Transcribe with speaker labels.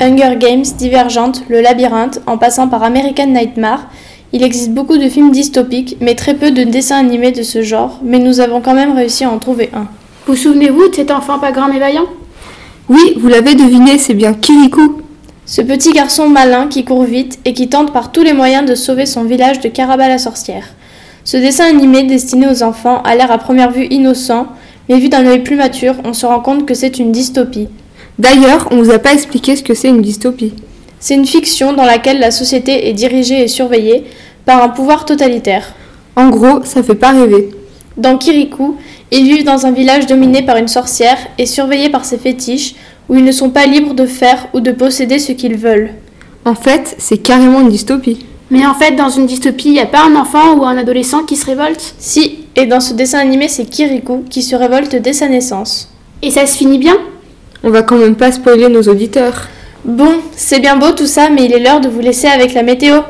Speaker 1: Hunger Games, Divergente, Le Labyrinthe, en passant par American Nightmare, il existe beaucoup de films dystopiques, mais très peu de dessins animés de ce genre, mais nous avons quand même réussi à en trouver un.
Speaker 2: Vous souvenez-vous de cet enfant pas grand mais vaillant
Speaker 3: Oui, vous l'avez deviné, c'est bien Kiriko.
Speaker 1: Ce petit garçon malin qui court vite et qui tente par tous les moyens de sauver son village de Caraba la sorcière. Ce dessin animé destiné aux enfants a l'air à première vue innocent, mais vu d'un œil plus mature, on se rend compte que c'est une dystopie.
Speaker 3: D'ailleurs, on vous a pas expliqué ce que c'est une dystopie.
Speaker 1: C'est une fiction dans laquelle la société est dirigée et surveillée par un pouvoir totalitaire.
Speaker 3: En gros, ça fait pas rêver.
Speaker 1: Dans Kirikou, ils vivent dans un village dominé par une sorcière et surveillé par ses fétiches, où ils ne sont pas libres de faire ou de posséder ce qu'ils veulent.
Speaker 3: En fait, c'est carrément une dystopie.
Speaker 2: Mais en fait, dans une dystopie, il n'y a pas un enfant ou un adolescent qui se révolte
Speaker 1: Si, et dans ce dessin animé, c'est Kirikou qui se révolte dès sa naissance.
Speaker 2: Et ça se finit bien
Speaker 3: On va quand même pas spoiler nos auditeurs.
Speaker 1: Bon, c'est bien beau tout ça, mais il est l'heure de vous laisser avec la météo.